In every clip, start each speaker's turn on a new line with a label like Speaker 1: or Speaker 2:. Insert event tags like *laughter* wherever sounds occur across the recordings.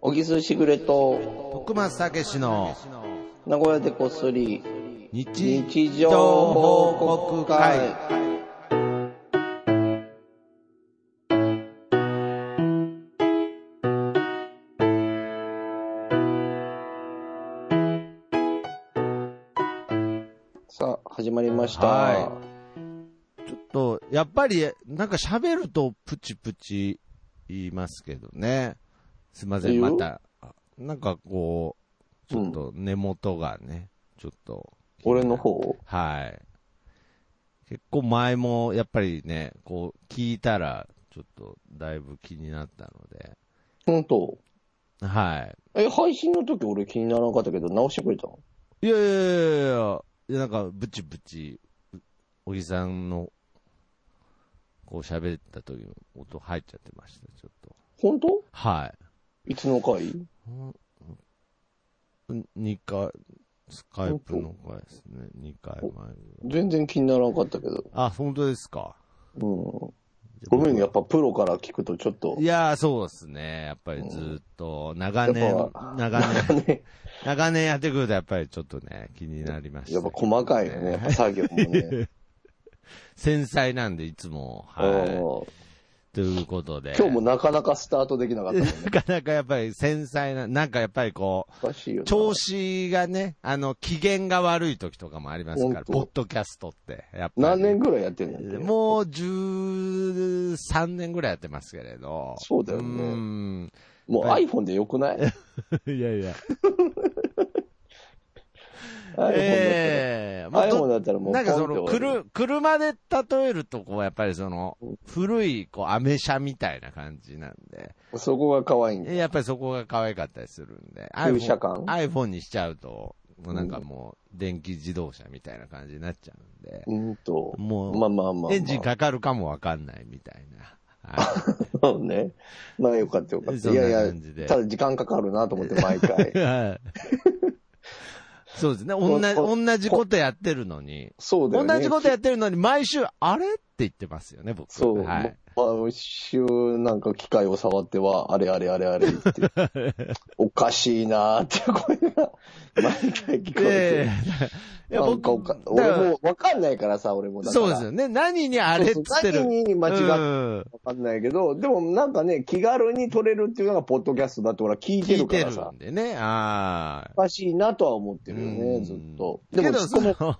Speaker 1: 小木須しぐれと、
Speaker 2: 徳松たけしの
Speaker 1: 名古屋でこっそり、
Speaker 2: 日
Speaker 1: 日
Speaker 2: 常
Speaker 1: 常
Speaker 2: 報
Speaker 1: 報
Speaker 2: 告
Speaker 1: 告
Speaker 2: 会
Speaker 1: 会。さあ、始まりました。
Speaker 2: はちょっと、やっぱり、なんか喋るとプチプチ言いますけどね。すいませ
Speaker 1: い
Speaker 2: ん、
Speaker 1: い
Speaker 2: ま
Speaker 1: よ
Speaker 2: た。なんかこう、ちょっと根元がね、ちょっと。
Speaker 1: 俺の方
Speaker 2: はい。結構前も、やっぱりね、こう、聞いたら、ちょっと、だいぶ気になったので。
Speaker 1: 本当
Speaker 2: はい。
Speaker 1: え、配信の時俺気にならなかったけど、直してくれたの
Speaker 2: いやいやいやいやいや、なんか、ブチブチ、おじさんの、こう喋った時の音入っちゃってました、ちょっと。
Speaker 1: 本当
Speaker 2: はい
Speaker 1: つの回
Speaker 2: い。2回、スカイプの回ですね、2回前。
Speaker 1: 全然気にならなかったけど。
Speaker 2: あ、本当ですか。
Speaker 1: うん。ごめんね、やっぱプロから聞くとちょっと
Speaker 2: い、やー、そうですね。やっぱりずっと、長年
Speaker 1: やっ、ぱ
Speaker 2: 長年、長年やってくると、やっぱりちょっとね、気になりました。
Speaker 1: やっぱ細かいよ
Speaker 2: *laughs*
Speaker 1: ね、やっぱ作業もね。
Speaker 2: 繊細なんで、いつも。は
Speaker 1: うん
Speaker 2: い。ということで。
Speaker 1: 今日もなかなかスタートできなかったもんね。
Speaker 2: *laughs* なかなかやっぱり繊細な、なんかやっぱりこ
Speaker 1: おかしいよな。
Speaker 2: う、調子がね、あの、機嫌が悪い時とかもありますから、
Speaker 1: 本当
Speaker 2: ポッドキャストって、やっぱり。
Speaker 1: 何年ぐらいやってんのやって
Speaker 2: もう13年ぐらいやってますけれど。
Speaker 1: そうだよね
Speaker 2: うーん。 *laughs*
Speaker 1: もう iPhone でよくない ?iPhone
Speaker 2: いやいや。
Speaker 1: だったら。
Speaker 2: ええ
Speaker 1: iPhone だったらもう
Speaker 2: なんかその、
Speaker 1: ポンって終わ
Speaker 2: くる車で例えると、こう、やっぱりその、古い、こう、アメ車みたいな感じなんで。
Speaker 1: そこが可愛いんだ。
Speaker 2: やっぱりそこが可愛かったりするんで、
Speaker 1: 旧車感
Speaker 2: iPhone にしちゃうと、もうなんかもう、電気自動車みたいな感じになっちゃうんで、
Speaker 1: うんと。
Speaker 2: もう
Speaker 1: まあまあまあ、まあ。
Speaker 2: エンジンかかるかもわかんないみたいな。
Speaker 1: そうね。まあよかったよかった。
Speaker 2: そ
Speaker 1: い
Speaker 2: んな
Speaker 1: やいや
Speaker 2: 感じで、
Speaker 1: ただ時間かかるなと思って毎
Speaker 2: *laughs*
Speaker 1: 回。
Speaker 2: はいそうですね。同じ、
Speaker 1: こ
Speaker 2: 同じことやってるのに、
Speaker 1: そうだよね。
Speaker 2: 同じことやってるのに、毎週、あれって言ってますよね、僕。
Speaker 1: そう。
Speaker 2: はい。
Speaker 1: 毎週なんか機械を触っては、あれあれあれあれって
Speaker 2: *laughs*
Speaker 1: 言って。おかしいなーって声が毎回聞こえ
Speaker 2: で、い
Speaker 1: て。
Speaker 2: や、
Speaker 1: なん
Speaker 2: 僕
Speaker 1: かおか、、
Speaker 2: だ
Speaker 1: 俺
Speaker 2: から
Speaker 1: もわかんないからさ、俺もだから。
Speaker 2: そうですよね。何にあれっつってる。
Speaker 1: そうそう何に間違って
Speaker 2: うん
Speaker 1: わかんないけど、でもなんかね、気軽に撮れるっていうのが、ポッドキャストだって俺は聞いてる
Speaker 2: 聞い
Speaker 1: か
Speaker 2: てる
Speaker 1: らさ
Speaker 2: ん、でね。ああ
Speaker 1: お。かしいなとは思ってるよ
Speaker 2: う
Speaker 1: ね、
Speaker 2: ん
Speaker 1: ずっと。で
Speaker 2: け
Speaker 1: も、
Speaker 2: ど、
Speaker 1: そ
Speaker 2: そ
Speaker 1: こ
Speaker 2: の、
Speaker 1: も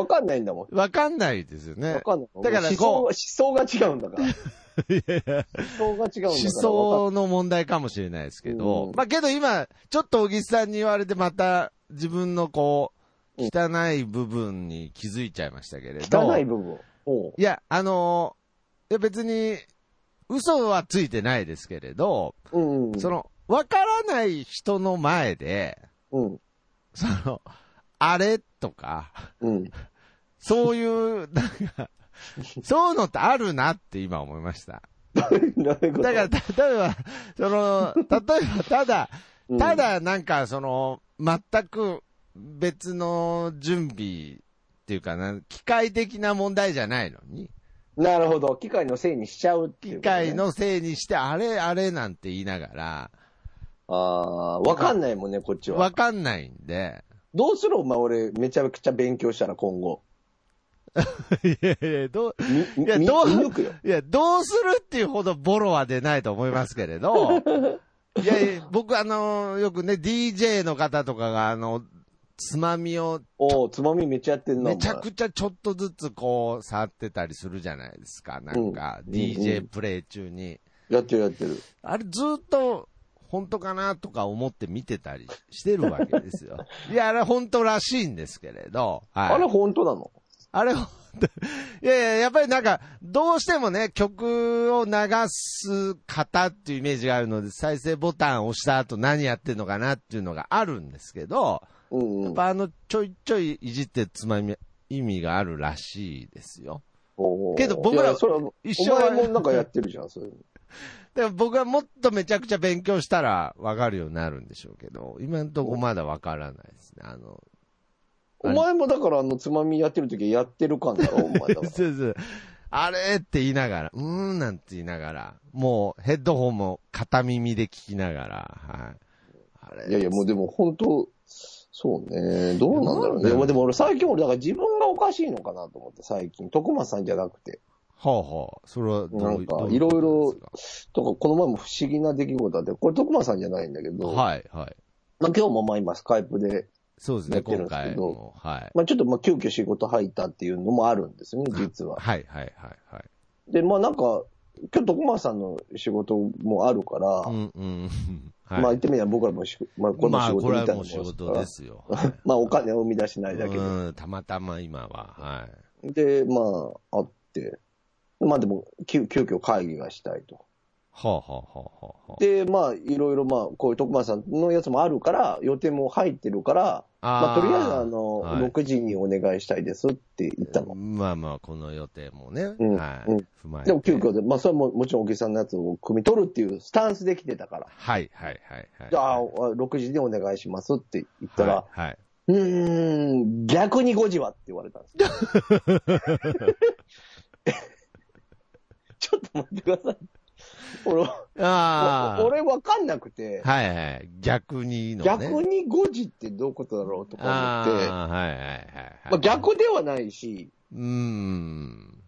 Speaker 1: わかんないんだも
Speaker 2: わかんないですよ
Speaker 1: ん。
Speaker 2: ね
Speaker 1: わ。かんない。
Speaker 2: だから
Speaker 1: 思
Speaker 2: こう
Speaker 1: 想が思想が違うんだから。
Speaker 2: *laughs*
Speaker 1: 思想が違うんだから。
Speaker 2: 思想の問題かもしれないですけど
Speaker 1: う、ん
Speaker 2: まあけど今、ちょっと小木さんに言われてまた自分のこう、汚い部分に気づいちゃいましたけれど。
Speaker 1: 汚い部分。おう
Speaker 2: いや、あのーいや別に、嘘はついてないですけれど、
Speaker 1: うんうん。
Speaker 2: その、わからない人の前で、
Speaker 1: うん。
Speaker 2: その、あれとか、
Speaker 1: *laughs* うん。
Speaker 2: そういう、なんか、そういうのってあるなって今思いました。
Speaker 1: だか
Speaker 2: だから、、例えば、その、例えば、ただ、
Speaker 1: うん
Speaker 2: た、だ、なんか、その、全く別の準備っていうかな、機械的な問題じゃないのに、
Speaker 1: なるほど。機械のせいにしちゃうっていうこ
Speaker 2: 機
Speaker 1: とね、
Speaker 2: 械のせいにして、あれ、あれなんて言いながら、
Speaker 1: ああー、わかんないもんね、こっちは
Speaker 2: わ。かんないんで、
Speaker 1: どうするお前、俺、めちゃくちゃ勉強したら今後。
Speaker 2: *laughs* いやいや、どう、
Speaker 1: み
Speaker 2: いや、
Speaker 1: み
Speaker 2: どう
Speaker 1: 見抜くよ。、
Speaker 2: いや、どうするっていうほどボロは出ないと思いますけれ *laughs* ど、いやいや、僕あの、よくね、DJ の方とかが、あの、つまみを
Speaker 1: おお、つまみめっちゃやってんな。
Speaker 2: めちゃ
Speaker 1: ち
Speaker 2: くちゃちょっとずつこう、触ってたりするじゃないですか。なんか、
Speaker 1: うん
Speaker 2: DJ プレイ中に。
Speaker 1: ゃ。やってるやってる。
Speaker 2: あれずっと、本当かなとか思って見てたりしてるわけです
Speaker 1: *laughs*
Speaker 2: よ。いや、あれ本当らしいんですけれど。はい。
Speaker 1: あれ本当なの
Speaker 2: あれ本当、いやいや、やっぱりなんか、どうしてもね、曲を流す方っていうイメージがあるので、再生ボタンを押した後何やってんのかなっていうのがあるんですけど、
Speaker 1: うんう
Speaker 2: やっ
Speaker 1: ん。
Speaker 2: ぱあの、ちょいちょいいじってつまみ、意味があるらしいですよ。
Speaker 1: おー
Speaker 2: けど僕ら
Speaker 1: いやそれは
Speaker 2: 一生
Speaker 1: お前もなんかやってるじゃん、そういう
Speaker 2: *laughs*
Speaker 1: の。
Speaker 2: でも僕はもっとめちゃくちゃ勉強したらわかるようになるんでしょうけど、今んとこまだわからないですね。あの、
Speaker 1: お前もだからあのつまみやってる時やってる感だろ、お前だか
Speaker 2: そうそう。あれって言いながら、うーんなんて言いながら、もうヘッドホンも片耳で聞きながら、はい。あれ
Speaker 1: いやいや、もうでも本当、そうね。どうなんだろう
Speaker 2: なんだ
Speaker 1: ね。
Speaker 2: ろう
Speaker 1: でもでも俺最近俺、だから自分がおかしいのかなと思って、最近。徳松さんじゃなくて。
Speaker 2: ほうほう。それはどう
Speaker 1: なんか
Speaker 2: どう
Speaker 1: いろいろ
Speaker 2: どうなんです
Speaker 1: とか、この前も不思議な出来事あって、これ徳松さんじゃないんだけ
Speaker 2: か
Speaker 1: ど、
Speaker 2: はい、はい。
Speaker 1: まあ今日もまあ今スカイプで、
Speaker 2: そうです
Speaker 1: や
Speaker 2: ね、
Speaker 1: ってる
Speaker 2: 今
Speaker 1: んですけ
Speaker 2: 回
Speaker 1: ど
Speaker 2: も。はい。
Speaker 1: まあちょっとまあ急遽仕事入ったっていうのもあるんですよね、実は。
Speaker 2: はい、はい、はい、はい。
Speaker 1: で、まあなんか、今日徳松さんの仕事もあるから、
Speaker 2: うん、うん。はい。
Speaker 1: まあ言ってみれば僕らもし、まあこの
Speaker 2: まあ
Speaker 1: 仕事
Speaker 2: こ
Speaker 1: み
Speaker 2: れ
Speaker 1: たいなもんで
Speaker 2: はもう
Speaker 1: すか
Speaker 2: 仕
Speaker 1: ら
Speaker 2: 事ですよ。
Speaker 1: *laughs* まあお金を生み出しないだけで。
Speaker 2: うん、たまたま今は。はい。
Speaker 1: で、まあ、あって、まあでも、急急遽会議がしたいと。
Speaker 2: はあ、はあ、はあ、はあ。
Speaker 1: で、まあ、いろいろ、まあ、こういう徳間さんのやつもあるから、予定も入ってるから、まあ、とりあえず、あの、
Speaker 2: はい
Speaker 1: 6時にお願いしたいですって言ったの。
Speaker 2: まあまあ、この予定もね、
Speaker 1: うん
Speaker 2: はい、
Speaker 1: うん
Speaker 2: 踏まえて。
Speaker 1: でも、急遽で、まあ、それはももちろん、お客さんのやつを汲み取るっていうスタンスで来てたから、
Speaker 2: はいはいはいはい。
Speaker 1: じゃあ、あ6時にお願いしますって言ったら、
Speaker 2: はい、はい。
Speaker 1: うーん、逆に5時はって言われたん
Speaker 2: *laughs*
Speaker 1: です *laughs* よ。ちょっと待ってください。俺
Speaker 2: ああ、
Speaker 1: お俺分かんなくて、
Speaker 2: はいはい。逆にのね。
Speaker 1: 逆に5時ってどういうことだろうとか思って、
Speaker 2: ああ、はいはいはい、はい。
Speaker 1: まあ、逆ではないし、
Speaker 2: うーん。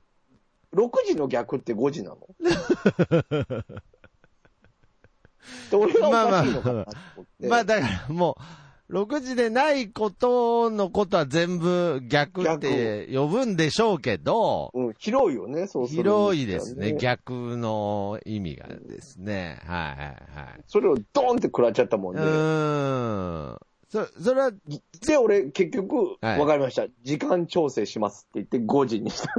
Speaker 1: 6時の逆って5時なの
Speaker 2: *laughs*
Speaker 1: で俺がおかしいのかなと思って。
Speaker 2: まあだからもう、6時でないことのことは全部逆って呼ぶんでしょうけど、
Speaker 1: うん、広いよね、そうするの
Speaker 2: 広いですね、逆の意味がですね。はいはいはい。
Speaker 1: それをドーンって食らっちゃったもん
Speaker 2: う
Speaker 1: で、
Speaker 2: ーん。そ、それは、
Speaker 1: で、俺、結局、
Speaker 2: はい
Speaker 1: わかりました。時間調整しますって言って5時に
Speaker 2: *laughs*
Speaker 1: した。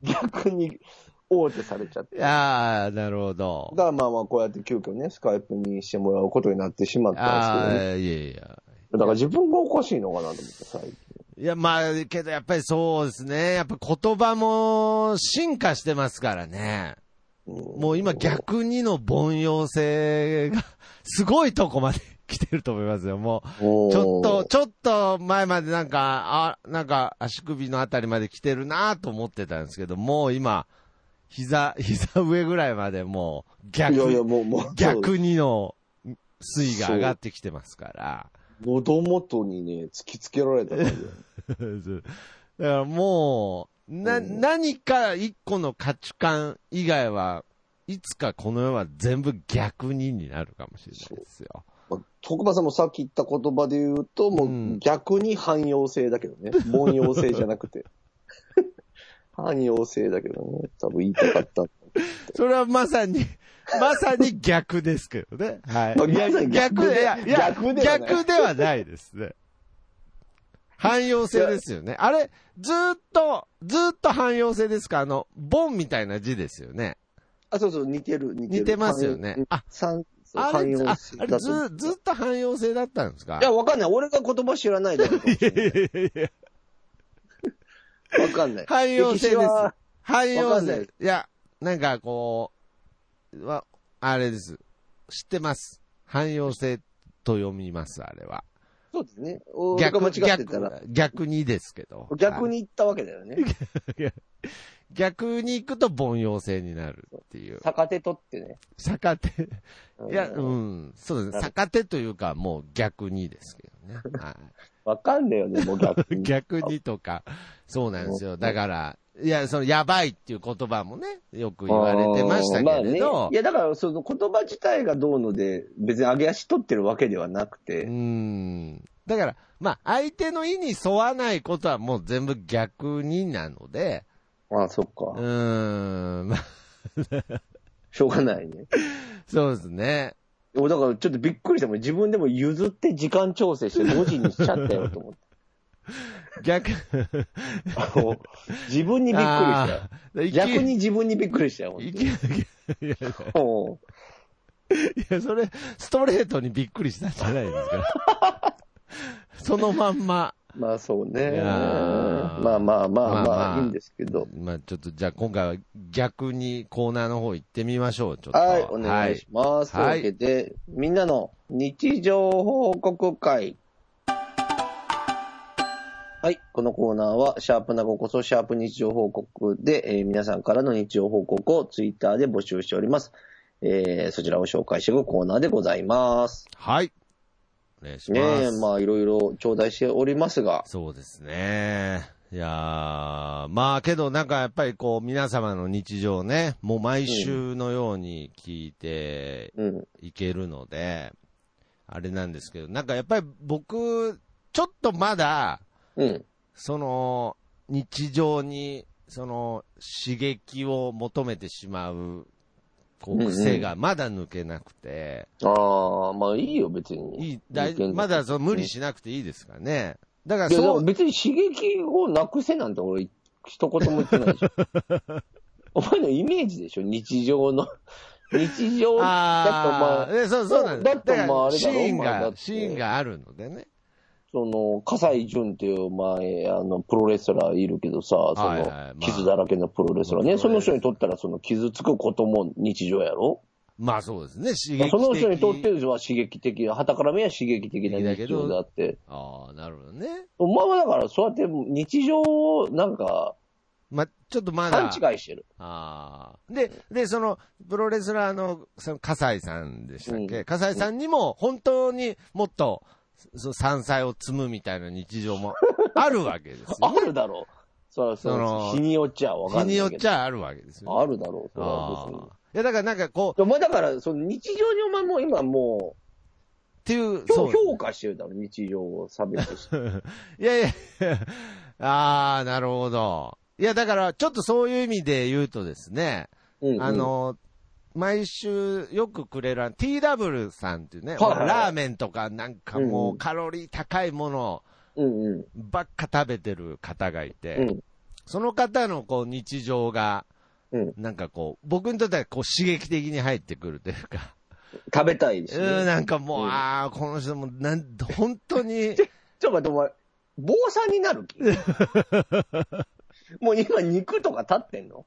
Speaker 1: 逆に、大手されちゃって。だか
Speaker 2: ああ、なるほど。
Speaker 1: らまあまあ、こうやって急遽ね、スカイプにしてもらうことになってしまったんですけどね
Speaker 2: ああ、いやいや。
Speaker 1: だから自分がおかしいのかなと思って、最近。
Speaker 2: いや、まあ、けどやっぱりそうですね。やっぱ言葉も進化してますからね。もう今逆にの凡庸性が *laughs* すごいとこまで来てると思いますよ。もう、
Speaker 1: ちょ
Speaker 2: ちょっと、、ちょっと前までなんか、あ、なんか足首のあたりまで来てるなと思ってたんですけど、もう今、膝、膝上ぐらいまでもう逆、
Speaker 1: いやいや、もう、もう、
Speaker 2: 逆にの水位が上がってきてますから。
Speaker 1: 喉元にね、突きつけられたからね
Speaker 2: そうだからもう、な、
Speaker 1: うん
Speaker 2: 何か一個の価値観以外は、いつかこの世は全部逆にになるかもしれないですよ。
Speaker 1: まあ徳間さんもさっき言った言葉で言うと、も
Speaker 2: う
Speaker 1: うん逆に汎用性だけど
Speaker 2: *laughs*
Speaker 1: ね。凡用性じゃなくて。汎用性だけどね。多分言いたかった。
Speaker 2: それはま
Speaker 1: *laughs*
Speaker 2: さに、まさに逆ですけどね。はい。
Speaker 1: まあ
Speaker 2: いや
Speaker 1: 逆で
Speaker 2: いやいや
Speaker 1: 逆ではない
Speaker 2: 逆ではないですね。汎用性ですよね。あれ、ずーっと、ずーっと汎用性ですかあの、ボンみたいな字ですよね。
Speaker 1: あ、そうそう、似てる、似てる。
Speaker 2: 似てますよね
Speaker 1: 汎用
Speaker 2: あ、
Speaker 1: 三そう
Speaker 2: あ
Speaker 1: 汎
Speaker 2: れ、
Speaker 1: 用
Speaker 2: あ
Speaker 1: 性
Speaker 2: あ
Speaker 1: だ
Speaker 2: れ
Speaker 1: と思う
Speaker 2: ず、ずっと汎用性だったんですか
Speaker 1: いや、わかんない。俺が言葉知らないだけかもしれない
Speaker 2: いやいや
Speaker 1: わかん
Speaker 2: *laughs*
Speaker 1: ない。
Speaker 2: 汎用性です
Speaker 1: 歴史は。
Speaker 2: 汎用
Speaker 1: わかんない
Speaker 2: 性。いや、なんかこう、は、あれです。知ってます。汎用性と読みます、あれは。
Speaker 1: そうですね。俺が間違ってたら、
Speaker 2: 逆逆にですけど。
Speaker 1: 逆
Speaker 2: はい。
Speaker 1: に言ったわけだよね。
Speaker 2: 逆に行くと凡用性になるっていう。
Speaker 1: 逆手取ってね。
Speaker 2: 逆手。いや、
Speaker 1: *laughs*
Speaker 2: う
Speaker 1: うん
Speaker 2: ん。そうです
Speaker 1: な
Speaker 2: ね。
Speaker 1: る
Speaker 2: 逆手というか、もう逆にですけどね。はい。
Speaker 1: わかんないよね、もう逆に。
Speaker 2: *laughs* 逆にとか、そうなんです
Speaker 1: う
Speaker 2: よ。
Speaker 1: ん
Speaker 2: だから、いや、その、やばいっていう言葉もね、よく言われてましたけれ
Speaker 1: まあ
Speaker 2: ど
Speaker 1: ね、い、や、だから、その言葉自体がどうので、別に上げ足取ってるわけではなく
Speaker 2: うー
Speaker 1: て、
Speaker 2: ん。だから、まあ、相手の意に沿わないことはもう全部逆になので、
Speaker 1: ああ、そっ
Speaker 2: う
Speaker 1: か。
Speaker 2: ーん、まあ、
Speaker 1: しょうがないね。
Speaker 2: そうですね。
Speaker 1: 俺、だからちょっとびっくりしたもん。自分でも譲って時間調整して5時にしちゃったよと思
Speaker 2: *laughs*
Speaker 1: って。 *laughs*
Speaker 2: 逆、
Speaker 1: あの自分にびっくりしたよ。
Speaker 2: り
Speaker 1: 逆に自分にびっくりしたよ、本
Speaker 2: い
Speaker 1: 当
Speaker 2: き、
Speaker 1: に
Speaker 2: いきいや、い
Speaker 1: も
Speaker 2: や、それ、ストレートにびっくりしたんじゃないですか。
Speaker 1: *laughs*
Speaker 2: そのまんま。
Speaker 1: うまあそうね。
Speaker 2: いやー
Speaker 1: まあまあまあま
Speaker 2: ま
Speaker 1: あ、
Speaker 2: あまあ
Speaker 1: いいんですけど。
Speaker 2: まあ、ちょっと、じゃあ今回は逆にコーナーの方行ってみましょう、ちょっと。
Speaker 1: はい、お願いします。
Speaker 2: はい
Speaker 1: というわけで、みんなの日常報告会。はい。このコーナーは、シャープなごこそ、シャープ日常報告で、えー皆さんからの日常報告をツイッターで募集しております。えーそちらを紹介していくコーナーでございます。
Speaker 2: はい。お願いし
Speaker 1: ね
Speaker 2: ます。
Speaker 1: え、まあ、いろいろ頂戴しておりますが、
Speaker 2: そうですね。いやー、まあけどなんかやっぱりこう皆様の日常ね、もう毎週のように聞いて
Speaker 1: うん。
Speaker 2: いけるので、あれなんですけど、なんかやっぱり僕、ちょっとまだ、
Speaker 1: うん。
Speaker 2: その、日常に、その、刺激を求めてしまう、こ
Speaker 1: うんう
Speaker 2: う、
Speaker 1: ん
Speaker 2: 癖がまだ抜けなくて、
Speaker 1: ああ、まあいいよ、別に。
Speaker 2: いい、大
Speaker 1: いいけど
Speaker 2: まだその無理しなくていいですからね。だから
Speaker 1: いや、で
Speaker 2: そ
Speaker 1: も
Speaker 2: う、
Speaker 1: 別に刺激をなくせなんて俺、一言も言ってない
Speaker 2: *laughs*
Speaker 1: でしょ。お前のイメージでしょ、日常
Speaker 2: *laughs*
Speaker 1: の。日常だ
Speaker 2: あ
Speaker 1: と
Speaker 2: あ、
Speaker 1: まあ、
Speaker 2: えそう、そうなんです
Speaker 1: だってまああれだろ
Speaker 2: シーン
Speaker 1: まあだっ
Speaker 2: が、
Speaker 1: て
Speaker 2: シーンがあるのでね。
Speaker 1: その、笠井淳っていう前、あの、プロレスラーいるけどさ、その、
Speaker 2: はいはいまあ
Speaker 1: 傷だらけのプロレスラー
Speaker 2: プロレ
Speaker 1: ね。
Speaker 2: ス
Speaker 1: その人にとったら、その、傷つくことも日常やろ
Speaker 2: まあそうですね、刺激的。
Speaker 1: その人にとっては刺激的、旗から見れば刺激的な
Speaker 2: だけ
Speaker 1: 日
Speaker 2: ど
Speaker 1: 常だって。
Speaker 2: ああ、なるほどね。
Speaker 1: お前はだから、そうやって日常を、なんか、
Speaker 2: まあ、ちょっとまだ。
Speaker 1: 勘違いしてる。
Speaker 2: ああ。で、で、その、プロレスラーの、その、笠井さんでしたっ
Speaker 1: う
Speaker 2: け笠井さんにも、本当にもっと、そ山菜を摘むみたいな日常
Speaker 1: *laughs*
Speaker 2: もあるわけです
Speaker 1: あ
Speaker 2: よ。
Speaker 1: るだろう。そらそ
Speaker 2: そ
Speaker 1: の
Speaker 2: の
Speaker 1: 日によっちゃわかん
Speaker 2: 日
Speaker 1: ない
Speaker 2: に
Speaker 1: けど。
Speaker 2: よっちゃあるわけですよ、ね。
Speaker 1: あるだろう。それは
Speaker 2: あ
Speaker 1: 別に。
Speaker 2: あいや、だからなんかこう、
Speaker 1: でもだから、その日常にお前もう今も
Speaker 2: っていう、
Speaker 1: う、
Speaker 2: そう
Speaker 1: 評。評価してるだろ、日常を差別
Speaker 2: *laughs*
Speaker 1: して。
Speaker 2: いやいや、ああ、なるほど。いや、だから、ちょっとそういう意味で言うとですね、
Speaker 1: うんうん
Speaker 2: あ、の、毎週よくくれるあの TW さんっていうね、
Speaker 1: はいはい
Speaker 2: ラーメンとかなんかも
Speaker 1: うん
Speaker 2: うカロリー高いもの
Speaker 1: うんうん。
Speaker 2: ばっか食べてる方がいて、
Speaker 1: うん
Speaker 2: その方のこう日常が、
Speaker 1: うん
Speaker 2: なんかこう、僕にとってはこう刺激的に入ってくるというか、
Speaker 1: 食べたいし、
Speaker 2: うん、なんかもう、
Speaker 1: うん
Speaker 2: ああ、この人もなん、本
Speaker 1: *laughs*
Speaker 2: 当に、
Speaker 1: ちょっと待って、お前、坊さんになる
Speaker 2: *laughs*
Speaker 1: 気もう今肉とか立ってんの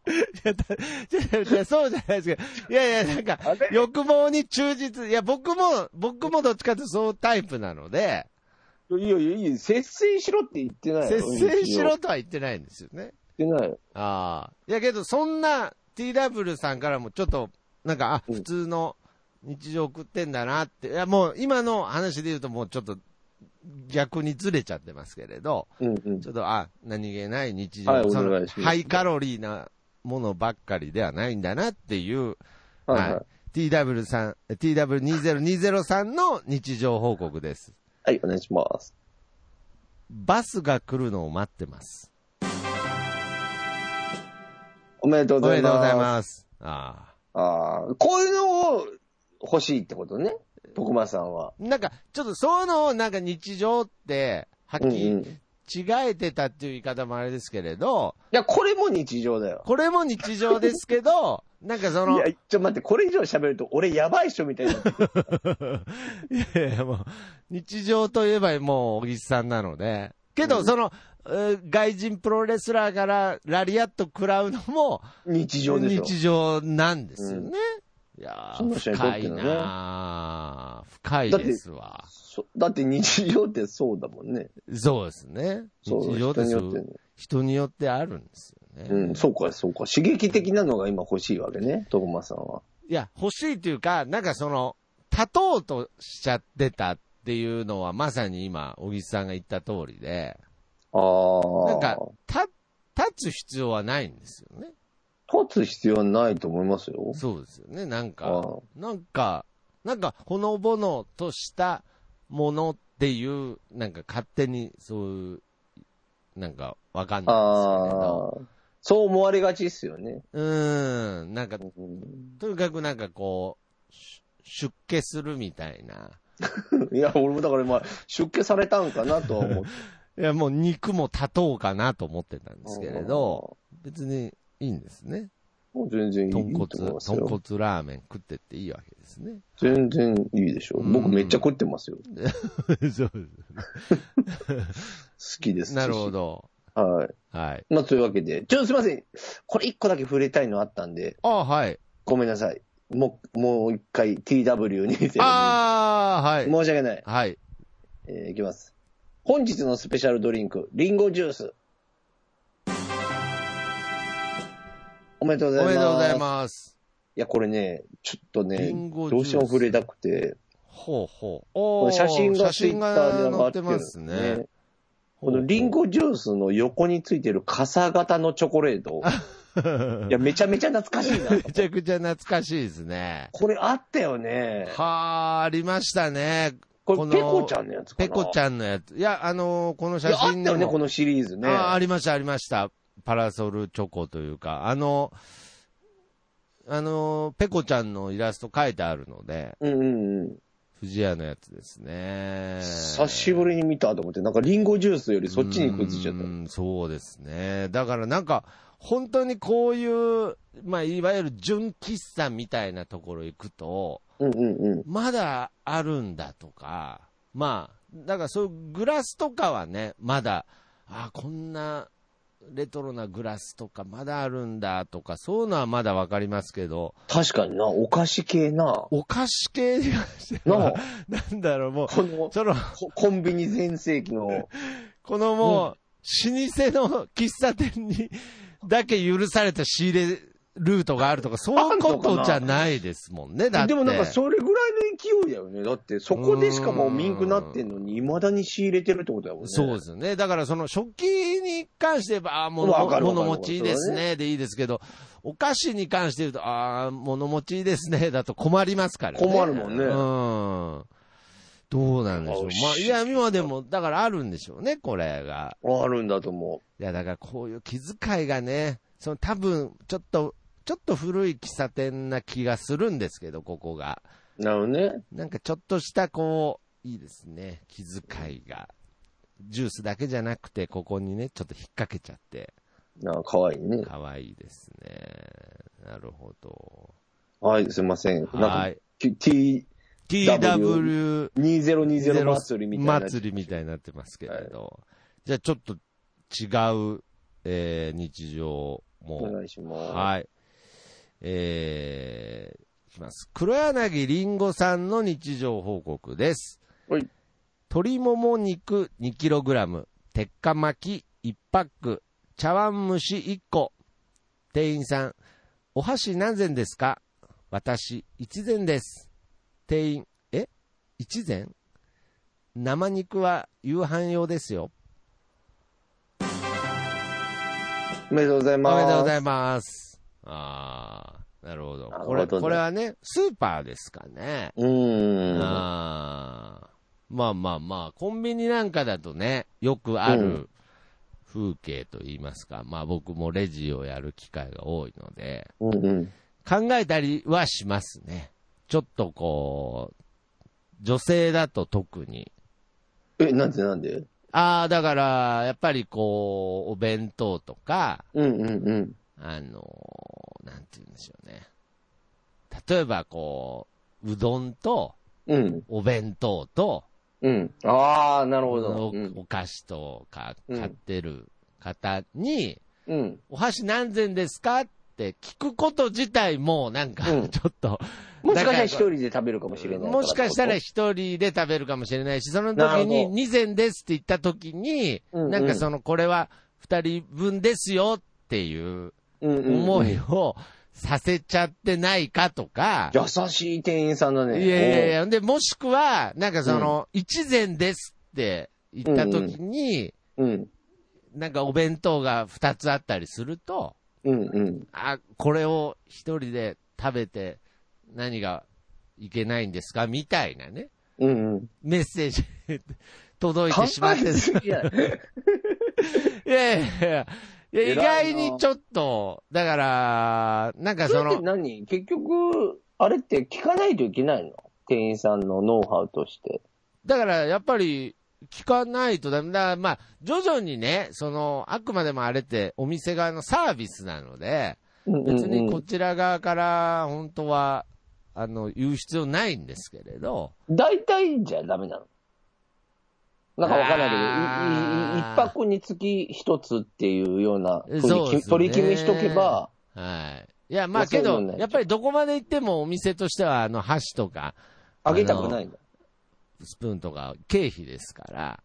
Speaker 2: いやいやそうじゃないですけど、いやいや、なんか
Speaker 1: *laughs* あれ、
Speaker 2: 欲望に忠実、いや、僕も、僕もどっちかというとそうタイプなので、
Speaker 1: いやいやいや、節制しろって言ってないよ
Speaker 2: 節制しろ
Speaker 1: 日
Speaker 2: とは言ってないんですよね。
Speaker 1: 常言ってないよ。
Speaker 2: ああ。いやけど、そんな TW さんからもちょっと、なんか、あ、
Speaker 1: うん
Speaker 2: 普通の日常送ってんだなって、いや、もう今の話で言うともうちょっと逆にずれちゃってますけれど、
Speaker 1: うんうん
Speaker 2: ち。ょっと、あ、何気ない日常、
Speaker 1: はい
Speaker 2: そ
Speaker 1: お願
Speaker 2: の
Speaker 1: いします
Speaker 2: ハイカロリーなものばっかりではないんだなっていう、
Speaker 1: はいはい。
Speaker 2: TW さん、TW2020 さんの日常報告です。
Speaker 1: はい、お願いします。
Speaker 2: バスが来るのを待ってます。
Speaker 1: おめでとう
Speaker 2: お
Speaker 1: ござ
Speaker 2: め
Speaker 1: い
Speaker 2: でとうござい
Speaker 1: ます。
Speaker 2: ます。ああ。
Speaker 1: ああ、こういうのを欲しいってことね。徳間さんは。
Speaker 2: なんか、ちょっとそういうのをなんか日常って、
Speaker 1: うん
Speaker 2: 吐
Speaker 1: うん。
Speaker 2: き
Speaker 1: い
Speaker 2: 違えてたっていう言い方もあれですけれど、
Speaker 1: や、これも日常だよ。
Speaker 2: これも日常ですけど、なんかそ
Speaker 1: い
Speaker 2: の、
Speaker 1: や、ちょっと待って、これ以上喋ると俺やばいっしょみ
Speaker 2: *laughs*
Speaker 1: たいな。
Speaker 2: いやいや、もう、日常といえばもう、小木さんなので。け
Speaker 1: う
Speaker 2: ど、
Speaker 1: ん
Speaker 2: その、えー外人プロレスラーからラリアット食らうのも、
Speaker 1: 日常でしょ。
Speaker 2: 日常なんですよね。いや
Speaker 1: その
Speaker 2: ー、
Speaker 1: 人にとっ
Speaker 2: 深
Speaker 1: て
Speaker 2: い
Speaker 1: のね
Speaker 2: なー深いですわ。
Speaker 1: そだって日常ってそうだもんね。
Speaker 2: そうですね。
Speaker 1: そう、
Speaker 2: 日常
Speaker 1: 人
Speaker 2: で
Speaker 1: に
Speaker 2: す
Speaker 1: よってね。
Speaker 2: 人によってあるんですよね。
Speaker 1: うん、そうか、そうか。刺激的なのが今欲しいわけね、徳間さんは。
Speaker 2: いや、欲しいというか、なんかその、立とうとしちゃってたっていうのは、まさに今、小木さんが言った通りで、
Speaker 1: ああ。
Speaker 2: なんか、立、立つ必要はないんですよね。
Speaker 1: 立つ必要はないと思いますよ。
Speaker 2: そうですよね。なんか、
Speaker 1: あ
Speaker 2: なんか、なんか、ほのぼのとしたものっていう、なんか勝手に、そういう、なんか、わかん
Speaker 1: あ
Speaker 2: ないですけれど。
Speaker 1: ー。そう思われがちっすよね。
Speaker 2: うーん、なんか、
Speaker 1: うん
Speaker 2: とにかくなんかこう、し出家するみたいな。
Speaker 1: いや、俺もだから今、出家されたんかなとは思って。
Speaker 2: いや、もう肉も立とうかなと思ってたんですけれど、別にいいんですね。
Speaker 1: あー。もう全然いいと
Speaker 2: 豚骨、
Speaker 1: 思い
Speaker 2: 豚
Speaker 1: ますよ。
Speaker 2: 骨ラーメン食ってっていいわけです
Speaker 1: *laughs*
Speaker 2: ね。
Speaker 1: 全然いいでしょ。
Speaker 2: うん
Speaker 1: 僕めっちゃ食ってますよ。
Speaker 2: そう
Speaker 1: 好きです。
Speaker 2: なるほ。ど。
Speaker 1: はい。
Speaker 2: はい。
Speaker 1: まあ、というわけで、ちょっとすいません。これ一個だけ触れたいのあったんで、
Speaker 2: あはい。
Speaker 1: ごめんなさい。もう、もう一回 TW に。
Speaker 2: ああ、は
Speaker 1: 申
Speaker 2: い
Speaker 1: し。訳ない。
Speaker 2: はい。
Speaker 1: えーいきます。本日のスペシャルドリンク、リンゴジュース。おめでとうご
Speaker 2: お
Speaker 1: ざいます。
Speaker 2: めでとうございます。
Speaker 1: いや、これね、ちょっと
Speaker 2: リ
Speaker 1: ね
Speaker 2: ン、ゴジ
Speaker 1: ど
Speaker 2: ュー
Speaker 1: う
Speaker 2: ス
Speaker 1: しても触れたくて、
Speaker 2: ほうほう。おー
Speaker 1: 写真が
Speaker 2: 写
Speaker 1: ツイ
Speaker 2: 真
Speaker 1: ッター
Speaker 2: が
Speaker 1: で上
Speaker 2: 載
Speaker 1: が
Speaker 2: っ
Speaker 1: って
Speaker 2: て
Speaker 1: るん
Speaker 2: ま
Speaker 1: です
Speaker 2: す
Speaker 1: ね
Speaker 2: ね。。
Speaker 1: このリンゴジュースの横についてる傘型のチョコレー
Speaker 2: *laughs*
Speaker 1: ト。いや、めちゃめちゃ懐かしいな。
Speaker 2: めちゃくちゃ懐かしいですね。
Speaker 1: これあったよね。
Speaker 2: はー、ありましたね。
Speaker 1: こ
Speaker 2: こ
Speaker 1: れ、
Speaker 2: の
Speaker 1: ペコちゃんのやつかな。
Speaker 2: ペコちゃんのやつ。いや、あのーこの
Speaker 1: い
Speaker 2: 写
Speaker 1: や、あった
Speaker 2: 真で
Speaker 1: よ
Speaker 2: も
Speaker 1: ね、このシリーズね。
Speaker 2: あーありました、ありました。パラソルチョコというか、あの、あの、ペコちゃんのイラスト書いてあるので、
Speaker 1: うんうんうん。
Speaker 2: 藤屋のやつですね。
Speaker 1: 久しぶりに見たと思って、なんかリンゴジュースよりそっちに食いついちゃっ
Speaker 2: う
Speaker 1: た。
Speaker 2: んそうですね。だからなんか、本当にこういう、まあ、いわゆる純喫茶みたいなところ行くと、
Speaker 1: うんうんうん。
Speaker 2: まだあるんだとか、まあ、だからそういうグラスとかはね、まだ、あこんなレトロなグラスとかまだあるんだとか、そういうのはまだわかりますけど、
Speaker 1: 確かにな、お菓子系な。
Speaker 2: お菓子系に関して
Speaker 1: な
Speaker 2: は
Speaker 1: あ、
Speaker 2: なんだろう、もう、
Speaker 1: この、
Speaker 2: その、
Speaker 1: こコンビニ全盛期の、
Speaker 2: このもう、老舗の喫茶店にだけ許された仕入れルートがあるとか、そういうことじゃないですもんね、だって。
Speaker 1: でもなんかそれぐらいの勢いだよね。だってそこでしかもうミンクなってんのに、未だに仕入れてるってことだもんね。
Speaker 2: そうですよね。だからその食器に関して言えば、あー物
Speaker 1: わかるわかる
Speaker 2: 物持ちいいですね、でいいですけど、お菓子に関して言うと、ああ、物持ちいいですね、 *laughs* だと困りますからね。
Speaker 1: 困るもんね
Speaker 2: うん。どうなんでしょう。まあ、いや、今でも、だからあるんでしょうね、これが。
Speaker 1: あるんだと思
Speaker 2: いや、だからこういう気遣いがね、その多分、ちょっと、ちょっと古い喫茶店な気がするんですけど、ここが。
Speaker 1: う。なるほどね。
Speaker 2: なんかちょっとした、こう、いいですね。気遣いが。ジュースだけじゃなくて、ここにね、ちょっと引っ掛けちゃって、
Speaker 1: なあ、かわいいね。
Speaker 2: 可愛いですね。なるほど。
Speaker 1: はい、すいません。な
Speaker 2: は
Speaker 1: んか
Speaker 2: い。
Speaker 1: T、
Speaker 2: TW2020
Speaker 1: 2020祭りみたいな。
Speaker 2: 祭りみたいになってますけれど。じゃあちょっと違う、えー日常
Speaker 1: お
Speaker 2: も
Speaker 1: 願いします。
Speaker 2: はい。えー、いきます。黒柳りんごさんの日常報告です。
Speaker 1: はい。
Speaker 2: 鶏もも肉 2kg、鉄火巻き1パック、茶碗蒸し1個。店員さん、お箸何膳ですか私、1膳です。店員、え ?1 膳生肉は夕飯用ですよ。
Speaker 1: おめでとうございます。
Speaker 2: おめでとうございます。ああ、なるほど。
Speaker 1: なる
Speaker 2: こ
Speaker 1: ほどね
Speaker 2: れ、これはね、スーパーですかね。
Speaker 1: うーん。
Speaker 2: ああ。まあまあまあ、コンビニなんかだとね、よくあ
Speaker 1: うん
Speaker 2: る風景と言いますか、まあ僕もレジをやる機会が多いので、
Speaker 1: うんうん。
Speaker 2: 考えたりはしますね。ちょっとこう、女性だと特に、
Speaker 1: え、なんでなんで
Speaker 2: ああ、だから、やっぱりこう、お弁当とか、
Speaker 1: うんうんうん。
Speaker 2: あのーなんて言うんでしょうね。例えば、こう、うどんと、
Speaker 1: うん。
Speaker 2: お弁当と、
Speaker 1: うん。ああ、なるほど。
Speaker 2: お
Speaker 1: うん。
Speaker 2: お菓子とか
Speaker 1: うん
Speaker 2: 買ってる方に、
Speaker 1: うん。
Speaker 2: お箸何膳ですかって聞くこと自体も、なんか、
Speaker 1: うん
Speaker 2: ちょっと、
Speaker 1: もしかしたら一人で食べるかもしれないら
Speaker 2: もしかしたら一人で食べるかもしれないし、その時
Speaker 1: なる
Speaker 2: に、
Speaker 1: ほど
Speaker 2: 二膳ですって言った時に、
Speaker 1: うんうん
Speaker 2: なんかその、これは二人分ですよっていう、
Speaker 1: うんうんうん
Speaker 2: 思いをさせちゃってないかとか、
Speaker 1: 優しい店員さんだ
Speaker 2: いや
Speaker 1: ね。
Speaker 2: いやいや、で、もしくは、なんかその、一膳ですって言った時に、
Speaker 1: おう。うん。
Speaker 2: なんかお弁当が二つあったりすると、
Speaker 1: うんうん。
Speaker 2: あ、これを一人で食べて何がいけないんですかみたいなね、
Speaker 1: うんうん。
Speaker 2: メッセージ *laughs* 届いてしまって。
Speaker 1: 考えすぎや。
Speaker 2: いやいやいや。いや
Speaker 1: 偉
Speaker 2: 意
Speaker 1: い
Speaker 2: 外
Speaker 1: な
Speaker 2: にちょっと、だから、なんかそ
Speaker 1: それっ
Speaker 2: の
Speaker 1: て、何結局、あれって聞かないといけないの店員さんのノウハウとして。
Speaker 2: だからやっぱり、聞かないとダメだ。まあ、徐々にね、その、あくまでもあれってお店側のサービスなので、
Speaker 1: うんうん
Speaker 2: 別に
Speaker 1: う
Speaker 2: こ
Speaker 1: ん。
Speaker 2: ちら側から本当は、あの、言う必要ないんですけれど、
Speaker 1: 大体じゃダメなのなんかわかんないけどいい、い
Speaker 2: あー
Speaker 1: 一箱につき一つっていうようなふうに
Speaker 2: そうですね
Speaker 1: 取り決めしとけば、
Speaker 2: はい。いや、
Speaker 1: ま
Speaker 2: まあ
Speaker 1: あそうい
Speaker 2: け
Speaker 1: うの
Speaker 2: ど
Speaker 1: になっちゃ、う
Speaker 2: やっぱりどこまで行ってもお店としては、あの、箸とか、
Speaker 1: あげたくないの。
Speaker 2: スプーンとか、経費ですから、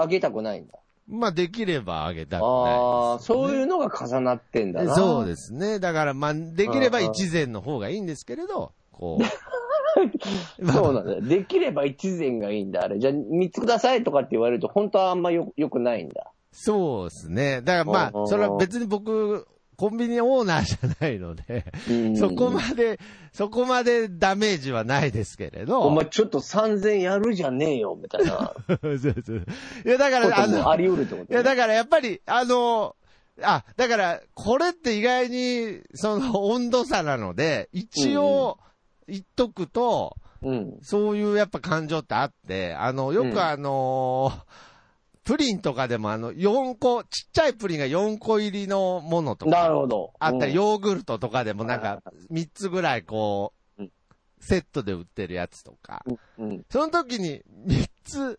Speaker 1: あげたくないんだ。
Speaker 2: まあ、できればあげたく
Speaker 1: ああ、そう
Speaker 2: ない
Speaker 1: いうのが重なってんだ
Speaker 2: です
Speaker 1: な。
Speaker 2: ね、そうですね。だから、まあ、できれば
Speaker 1: うんうん
Speaker 2: 一膳の方がいいんですけれど、こう。
Speaker 1: そうなんだよ。できれば一膳がいいんだ、あれ。じゃあ、三つくださいとかって言われると、本当はあんまよよくないんだ。
Speaker 2: そうですね。だからま
Speaker 1: うんうんう
Speaker 2: あ、
Speaker 1: ん
Speaker 2: それは別に僕、コンビニオーナーじゃないので、
Speaker 1: うん
Speaker 2: そこまで、そこまでダメージはないですけれど。
Speaker 1: お前ちょっと3000やるじゃねえよ、みたいな。
Speaker 2: *laughs* そうそういや、だか
Speaker 1: こ
Speaker 2: *laughs* ら、あ
Speaker 1: ともあ
Speaker 2: の、
Speaker 1: り得るってこと
Speaker 2: い
Speaker 1: ね
Speaker 2: や、だからやっぱり、あの、あ、だから、これって意外に、その、温度差なので、一応、言っとくと、
Speaker 1: うん。
Speaker 2: そういうやっぱ感情ってあって、あの、よ
Speaker 1: うん
Speaker 2: くあのープリンとかでもあの、4個、ちっちゃいプリンが4個入りのものと
Speaker 1: なる
Speaker 2: か、
Speaker 1: ほど。
Speaker 2: あったり、
Speaker 1: よ。
Speaker 2: ヨーグルトとかでもなんか、3つぐらいこ
Speaker 1: う、
Speaker 2: うんセットで売ってるやつとか、
Speaker 1: うん。
Speaker 2: その時に3つ、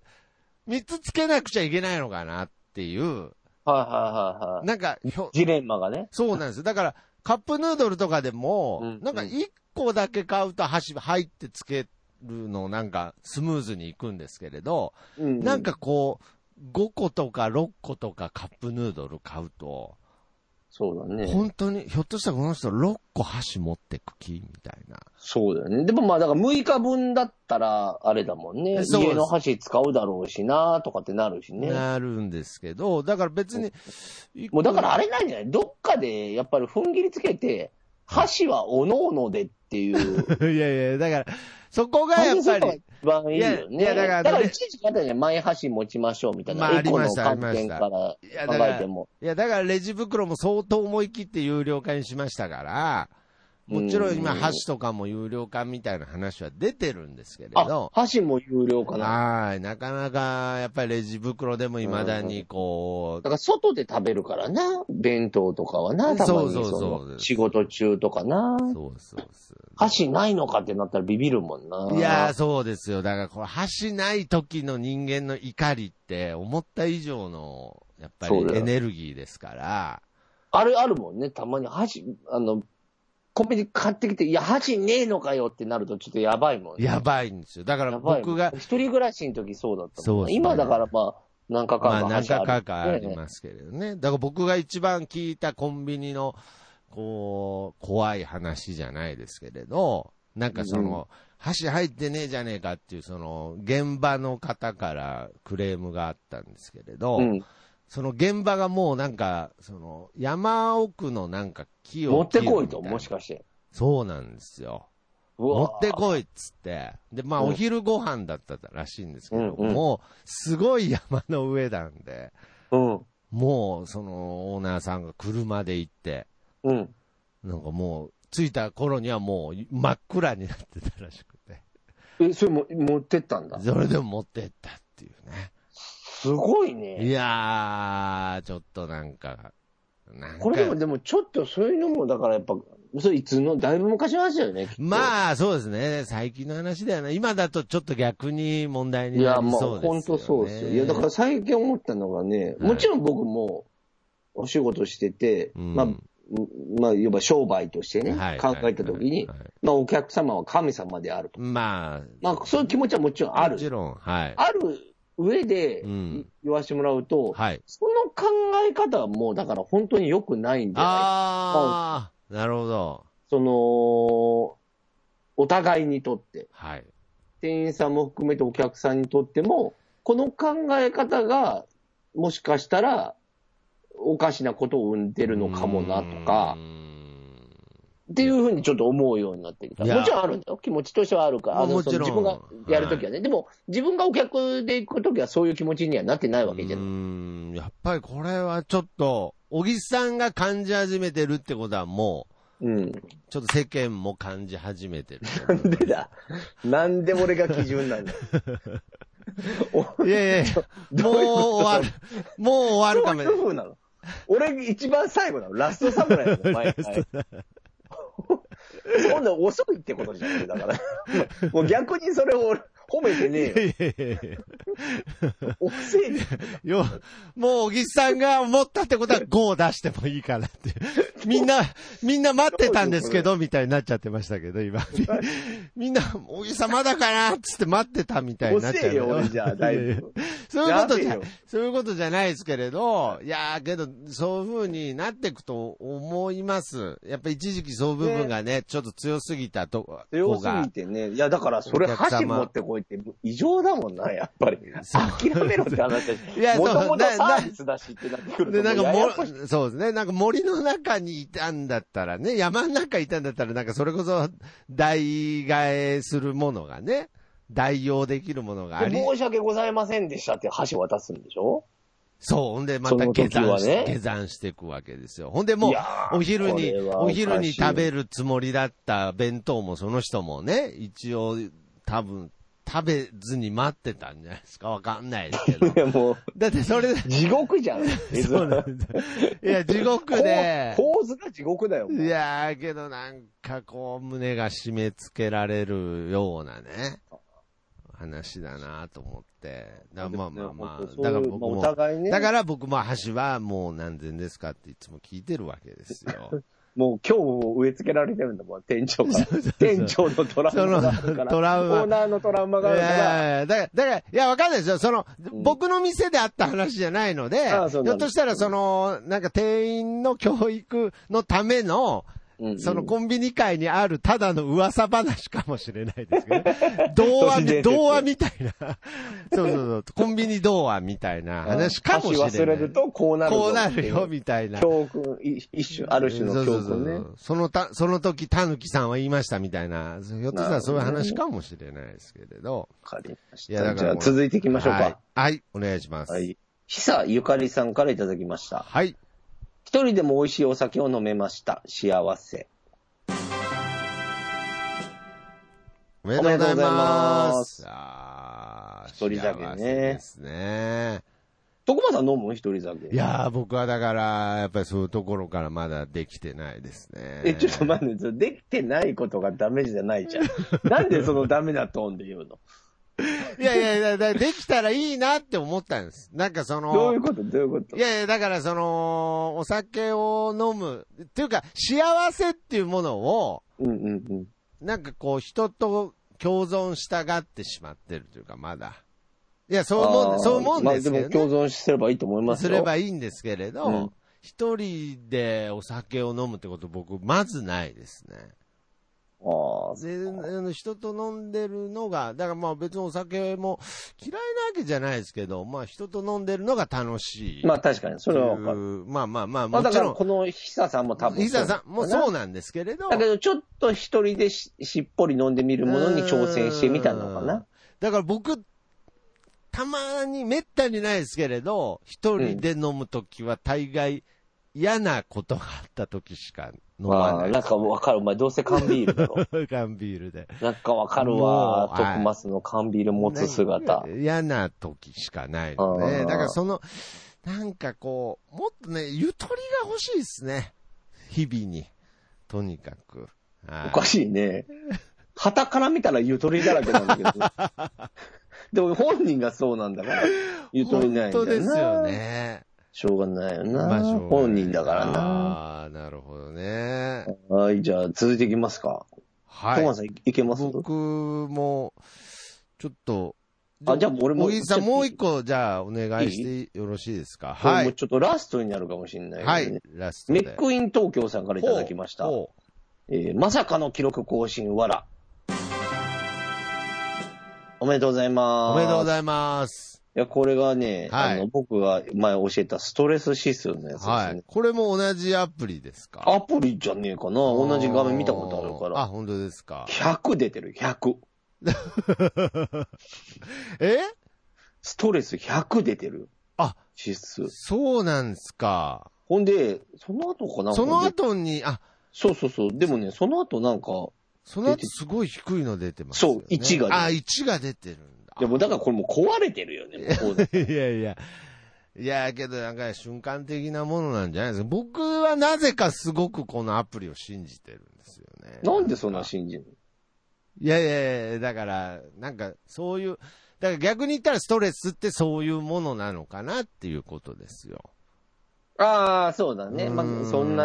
Speaker 2: 3つつけなくちゃいけないのかなっていう、
Speaker 1: はいはいはいはい。
Speaker 2: なんかひょ、
Speaker 1: ジレンマがね。
Speaker 2: そうなんです。だから、カップヌードルとかで
Speaker 1: う
Speaker 2: も
Speaker 1: ん、
Speaker 2: なんか
Speaker 1: うん
Speaker 2: 1個だけ買うと箸入ってつけるのなんかスムーズにいくんですけれど、
Speaker 1: うん
Speaker 2: なんか、こう、5個とか6個とかカップヌードル買うと、
Speaker 1: そうだね。
Speaker 2: 本当に、ひょっとしたらこの人6個箸持ってく気みたいな。
Speaker 1: そうだよね。でもまあ、だから6日分だったら、あれだもんね。
Speaker 2: そうで
Speaker 1: 家
Speaker 2: す
Speaker 1: の箸使うだろうしな、とかってなるしね。
Speaker 2: なるんですけど、だから別に、
Speaker 1: もうだからあれなんじゃないどっかで、やっぱり踏ん切りつけて、箸はおのおのでって
Speaker 2: *laughs*
Speaker 1: いう。
Speaker 2: いやいや、だから、そこがや
Speaker 1: 感
Speaker 2: っ
Speaker 1: じする
Speaker 2: ぱ
Speaker 1: のが
Speaker 2: り
Speaker 1: 一、番いいよ
Speaker 2: い
Speaker 1: ね。
Speaker 2: やいや
Speaker 1: だからら、
Speaker 2: だかね
Speaker 1: だから一時期あったじゃん。前箸持ちましょうみたいな。
Speaker 2: まあありました
Speaker 1: エコの観点から
Speaker 2: いや、だか
Speaker 1: 考え
Speaker 2: ら、
Speaker 1: て
Speaker 2: い
Speaker 1: も。
Speaker 2: や、だからレジ袋も相当思い切って有料化にしましたから、もちろん今、
Speaker 1: うん
Speaker 2: 箸とかも有料化みたいな話は出てるんですけれ
Speaker 1: あ
Speaker 2: ど、、
Speaker 1: 箸も有料かな。
Speaker 2: はい、なかなか、やっぱりレジ袋でも未だにこ
Speaker 1: だから外で食べるからな。弁当とかはな。たま
Speaker 2: そう
Speaker 1: に
Speaker 2: そうそう
Speaker 1: その仕事中とかな。
Speaker 2: う、そうそうそう。
Speaker 1: 箸ないのかってなったらビビるもんな。
Speaker 2: いやー、そうですよ。だから、これ、箸ない時の人間の怒りって、思った以上の、やっぱり
Speaker 1: そうだよ
Speaker 2: エネルギーですから、
Speaker 1: あれあるもんね。たまに箸、あの、コンビニ買ってきて、いや、箸ねえのかよってなるとちょっとやばいもんね。
Speaker 2: やばいんですよ。だから
Speaker 1: やばいもん
Speaker 2: 僕が、
Speaker 1: 一人暮らしの時そうだったもん、
Speaker 2: そうですね
Speaker 1: 今だからまあ、何か
Speaker 2: ま
Speaker 1: か
Speaker 2: あ
Speaker 1: ん
Speaker 2: 何
Speaker 1: 箸
Speaker 2: か
Speaker 1: ある
Speaker 2: かかありますけれどね。だから僕が一番聞いたコンビニの、こう、怖い話じゃないですけれど、なんかその、箸入ってねえじゃねえかっていう、その、現場の方からクレームがあったんですけれど、
Speaker 1: うん。
Speaker 2: その現場がもうなんか、その、山奥のなんか木を
Speaker 1: 持ってこいと、
Speaker 2: 切るみた
Speaker 1: もしかして。
Speaker 2: そうなんですよ。
Speaker 1: う
Speaker 2: 持
Speaker 1: わ
Speaker 2: ってこいっつって、で、まあ、
Speaker 1: うん
Speaker 2: お昼ご飯だったらしいんですけど、
Speaker 1: うんうん
Speaker 2: もう、すごい山の上なんで、
Speaker 1: うん。
Speaker 2: もう、その、オーナーさんが車で行って、
Speaker 1: うん。
Speaker 2: なんかもう、着いた頃にはもう、真っ暗になってたらしくて、
Speaker 1: え、それも持ってったんだ。
Speaker 2: それでも持ってったっていうね。
Speaker 1: すごい
Speaker 2: い
Speaker 1: ね。
Speaker 2: やー、ちょっとなんか、なんか、
Speaker 1: これでも、でもちょっとそういうのも、だからやっぱ、それいつの、だいぶ昔の話だよね。あ、
Speaker 2: まあ、そうですね。最近の話だよね。今だとちょっと逆に問題に
Speaker 1: い
Speaker 2: な
Speaker 1: や、
Speaker 2: り
Speaker 1: まあ、
Speaker 2: そうですよね。
Speaker 1: 本当そうですよ。いや、だから最近思ったのがね、
Speaker 2: はい
Speaker 1: もちろん僕も、お仕事してて、
Speaker 2: うん
Speaker 1: まあ、まあ、いわば商売としてね、
Speaker 2: はい
Speaker 1: 考えたときに
Speaker 2: はい、はい
Speaker 1: まあ、お客様は神様であると。
Speaker 2: まあ、
Speaker 1: まあ、そういう気持ちはもちろんある
Speaker 2: も。ちろん、はい。
Speaker 1: ある上で
Speaker 2: うん
Speaker 1: 言わしてもらうと、
Speaker 2: はい。
Speaker 1: その考え方はもうだから本当に良くないんじゃない
Speaker 2: ああ、なるほど。
Speaker 1: その、お互いにとって、
Speaker 2: はい。
Speaker 1: 店員さんも含めてお客さんにとっても、この考え方がもしかしたらおかしなことを生んでるのかもなとか
Speaker 2: うー、ん。
Speaker 1: っていうふうにちょっと思うようになってきた。
Speaker 2: いや
Speaker 1: もちろんあるんだよ。気持ちとしてはあるから。あの
Speaker 2: もちろん
Speaker 1: その自分がやるときはね。でも、自分がお客で行くときはそういう気持ちにはなってないわけじゃ
Speaker 2: う
Speaker 1: な
Speaker 2: ー
Speaker 1: い。
Speaker 2: んやっぱりこれはちょっと、小木さんが感じ始めてるってことはも
Speaker 1: うん。
Speaker 2: う、ちょっと世間も感じ始めてる。
Speaker 1: なんでだ。なんで俺が基準
Speaker 2: *laughs*
Speaker 1: なんだ。
Speaker 2: い
Speaker 1: *laughs*
Speaker 2: やいや、もう終わる。もう終わるかも
Speaker 1: そういう *laughs* 風なの。俺一番最後なの。ラストサムライ
Speaker 2: *laughs*
Speaker 1: なの、毎回。 *laughs* そんな遅いってことじゃないだから。
Speaker 2: *laughs*
Speaker 1: もう逆にそれを俺褒めてねえよ。
Speaker 2: いやいやいやい *laughs*
Speaker 1: 遅い。 *laughs*
Speaker 2: やよもう小木さんが思ったってことは5を出してもいいかなっていう。みんな、みんな待ってたんですけど、みたいになっちゃってましたけど、今。みんな、おじさまだかなっつって待ってたみたいになっちゃうけど。
Speaker 1: 遅えよ俺じゃあだいぶ
Speaker 2: やや *laughs* そういうことじ
Speaker 1: や
Speaker 2: ゃ
Speaker 1: べえよ、
Speaker 2: そういうことじゃないですけれど、いやーけど、そういう風になっていくと思います。やっぱ一時期そういう部分がね、ちょっと強すぎたとこが。
Speaker 1: 強すぎてね。いや、だからそれ
Speaker 2: お客様
Speaker 1: 箸持ってこいって異常だもんな、やっぱり。
Speaker 2: そう
Speaker 1: 諦めろって話だし。
Speaker 2: いやそう
Speaker 1: もともと
Speaker 2: な
Speaker 1: サ
Speaker 2: な
Speaker 1: ービスだしってなってくると。
Speaker 2: で、なんか
Speaker 1: いや
Speaker 2: も
Speaker 1: やっぱり、
Speaker 2: そうですね。なんか森の中にいたんだったらね、山の中にいたんだったら、なんかそれこそ代替えするものがね、代用できるものがあり、
Speaker 1: 申し訳ございませんでしたって箸渡すんでしょ
Speaker 2: そう、ほんでまた下
Speaker 1: その
Speaker 2: 山し
Speaker 1: 時
Speaker 2: て、
Speaker 1: はね
Speaker 2: 下山していくわけですよ。ほんでもう
Speaker 1: いや、ー
Speaker 2: お昼に
Speaker 1: これ、はお
Speaker 2: お
Speaker 1: かしい
Speaker 2: 昼に食べるつもりだった弁当もその人もね、一応多分食べずに待ってたんじゃないですか。わかんないですけ
Speaker 1: *laughs*
Speaker 2: ど。
Speaker 1: *laughs* いや、もう、
Speaker 2: だってそれで、
Speaker 1: 地獄じゃん。
Speaker 2: そうなんですいや、地獄で。
Speaker 1: 構図が地獄だよ。
Speaker 2: いやー、けどなんかこう、胸が締め付けられるようなね、話だなと思って。だまあまあま
Speaker 1: でもね本当
Speaker 2: あ、
Speaker 1: そう
Speaker 2: だから
Speaker 1: ま
Speaker 2: 僕
Speaker 1: あお
Speaker 2: も、
Speaker 1: 互いね
Speaker 2: だから僕も橋はもう何千ですかっていつも聞いてるわけですよ。
Speaker 1: *laughs* もう今日植え付けられてるんだもん、店長が。店長のトラウマがあるか
Speaker 2: その
Speaker 1: ら。
Speaker 2: トラウマ
Speaker 1: オーナーのトラウマ
Speaker 2: いや
Speaker 1: があ
Speaker 2: い
Speaker 1: るから。
Speaker 2: やいやだから、だから、いや、わかんないですよ。その、
Speaker 1: ん
Speaker 2: 僕の店であった話じゃないので、ひ
Speaker 1: ああそうなんだ
Speaker 2: ょっとしたらその、なんか店員の教育のための、
Speaker 1: うんうん
Speaker 2: そのコンビニ界にあるただの噂話かもしれないですけ
Speaker 1: *laughs*
Speaker 2: ど、ね、童
Speaker 1: 都
Speaker 2: 話
Speaker 1: 市伝
Speaker 2: み、
Speaker 1: 説
Speaker 2: 童話みたいな。 *laughs* そうそうそう。コンビニ童話みたいな話かもしれない。
Speaker 1: 箸忘れるとこうなるぞ
Speaker 2: こうなるよ、みたいな。
Speaker 1: 教訓、い一種、ある種の教
Speaker 2: そうそう
Speaker 1: 訓
Speaker 2: そ
Speaker 1: ね
Speaker 2: う。そのた、その時、たぬきさんは言いましたみたいな、ひょっとしたらそういう話かもしれないですけれ
Speaker 1: わ
Speaker 2: ど。
Speaker 1: かりまし
Speaker 2: いやだか
Speaker 1: た。
Speaker 2: ら
Speaker 1: じゃあ続いていきましょう
Speaker 2: はい
Speaker 1: か。。
Speaker 2: はいお願いします。
Speaker 1: は
Speaker 2: はい。
Speaker 1: い。久ゆかりさんからいただきました。一人でも美味しいお酒を飲めました。幸せ。
Speaker 2: おめでとうござ
Speaker 1: おめでとうござ
Speaker 2: います。
Speaker 1: います
Speaker 2: あー
Speaker 1: 一人酒ね
Speaker 2: 幸せですね。
Speaker 1: 徳間さん飲む一人酒。
Speaker 2: いやー、僕はだから、やっぱりそういうところからまだできてないですね。
Speaker 1: え、ちょっと待って、それできてないことがダメじゃないじゃん。 *laughs* なんでそのダメなトーンで言うの
Speaker 2: いやいやいやだ、できたらいいなって思ったんです。なんかその、
Speaker 1: どういうことどういうこと
Speaker 2: いやいや、だからその、お酒を飲む、っていうか、幸せっていうものを、
Speaker 1: うんうんうん。
Speaker 2: なんかこう、人と共存したがってしまってるというか、まだ。いや、そう思
Speaker 1: あ
Speaker 2: う、
Speaker 1: ー
Speaker 2: そう思うんですけ
Speaker 1: ま
Speaker 2: ど
Speaker 1: あ
Speaker 2: ね
Speaker 1: でも。共存すればいいと思います
Speaker 2: す
Speaker 1: よ。
Speaker 2: ればいいんですけれど、
Speaker 1: うん
Speaker 2: 一人でお酒を飲むってこと僕、まずないですね。
Speaker 1: ああ、
Speaker 2: で、あの、人と飲んでるのが、だからまあ別にお酒も嫌いなわけじゃないですけど、まあ人と飲んでるのが楽しい。
Speaker 1: まあ確かに、それはわか
Speaker 2: ってい
Speaker 1: る。
Speaker 2: うまあまあまあ、
Speaker 1: まあ
Speaker 2: も
Speaker 1: だ
Speaker 2: ち
Speaker 1: から
Speaker 2: ろ
Speaker 1: このヒサさんも多
Speaker 2: ん、
Speaker 1: 分。
Speaker 2: 伊沢さんもそう
Speaker 1: う。
Speaker 2: なんですけれど、
Speaker 1: だけどちょっと一人でししっぽり飲んでみるものに挑戦してみたのか
Speaker 2: うん
Speaker 1: な。。
Speaker 2: だから僕、たまに、めったにないですけれど、一人で飲むときは大概嫌なことがあったときしか飲ま
Speaker 1: あ
Speaker 2: な
Speaker 1: あ、
Speaker 2: い。
Speaker 1: なんかわかる。お前どうせ缶ビールだ
Speaker 2: *laughs*
Speaker 1: ろ。
Speaker 2: 缶ビールで。
Speaker 1: なんかわかる
Speaker 2: も
Speaker 1: わ。
Speaker 2: う
Speaker 1: 徳松の缶ビール持つ姿。
Speaker 2: 嫌な時しかないの
Speaker 1: あ
Speaker 2: ね。
Speaker 1: ー
Speaker 2: だからその、なんかこう、もっとね、ゆとりが欲しいですね。日々に。とにかく。はい
Speaker 1: おかしいね。旗から見たらゆとりだらけなんだけど。
Speaker 2: *laughs*
Speaker 1: でも本人がそうなんだから、ゆとりないんだよな。
Speaker 2: 本当ですよ。ね。
Speaker 1: しょうがないよな。
Speaker 2: まあしょうがない
Speaker 1: 本人だからな。
Speaker 2: ああ、なるほどね。
Speaker 1: はい、じゃあ続いていきますか。
Speaker 2: はい
Speaker 1: トマ。さんいいけます
Speaker 2: 僕も、ちょっと、
Speaker 1: あじゃあ俺も
Speaker 2: 小木さん、
Speaker 1: ちょっと
Speaker 2: もう一個、じゃあ、お願いしてよろしいですか。
Speaker 1: は。
Speaker 2: はい
Speaker 1: もう
Speaker 2: い。
Speaker 1: ちょっとラストになるかもしれない、ね。
Speaker 2: はい。ラスト
Speaker 1: メ
Speaker 2: で。
Speaker 1: ックイン東京さんからいただきました。
Speaker 2: ほう
Speaker 1: えーまさかの記録更新わら。おめでとうござい
Speaker 2: ほう
Speaker 1: ます。
Speaker 2: おめでとうご
Speaker 1: い
Speaker 2: ざいます。
Speaker 1: や、これがね、
Speaker 2: は
Speaker 1: あ
Speaker 2: い
Speaker 1: の、僕が前教えたストレス指数のやつですね。
Speaker 2: はい。これも同じアプリですか
Speaker 1: アプリじゃねえかな同じ画面見たことあるか
Speaker 2: あ、
Speaker 1: ら。
Speaker 2: 本当ですか。
Speaker 1: 100出てる、100。
Speaker 2: え
Speaker 1: ストレス100出てる。
Speaker 2: あ、
Speaker 1: 指数。
Speaker 2: そうなんですか。
Speaker 1: ほんで、その後かな
Speaker 2: その
Speaker 1: ほんで
Speaker 2: 後に、あ、
Speaker 1: そうそうそう。でもね、その後なんか、
Speaker 2: その後すごい低いの出てますよ、ね。
Speaker 1: そう1が出てる
Speaker 2: あ、1が出てるんだ。
Speaker 1: でもだからこれもう壊れてるよね、もうこうで
Speaker 2: *laughs* いやいや。いや、けどなんか瞬間的なものなんじゃないですか。僕はなぜかすごくこのアプリを信じてるんですよね。
Speaker 1: なんでそんな信じんの
Speaker 2: いやいやいや、だから、なんかそういう、だから逆に言ったらストレスってそういうものなのかなっていうことですよ。
Speaker 1: ああ、そうだね。ま
Speaker 2: うーん
Speaker 1: あ、そん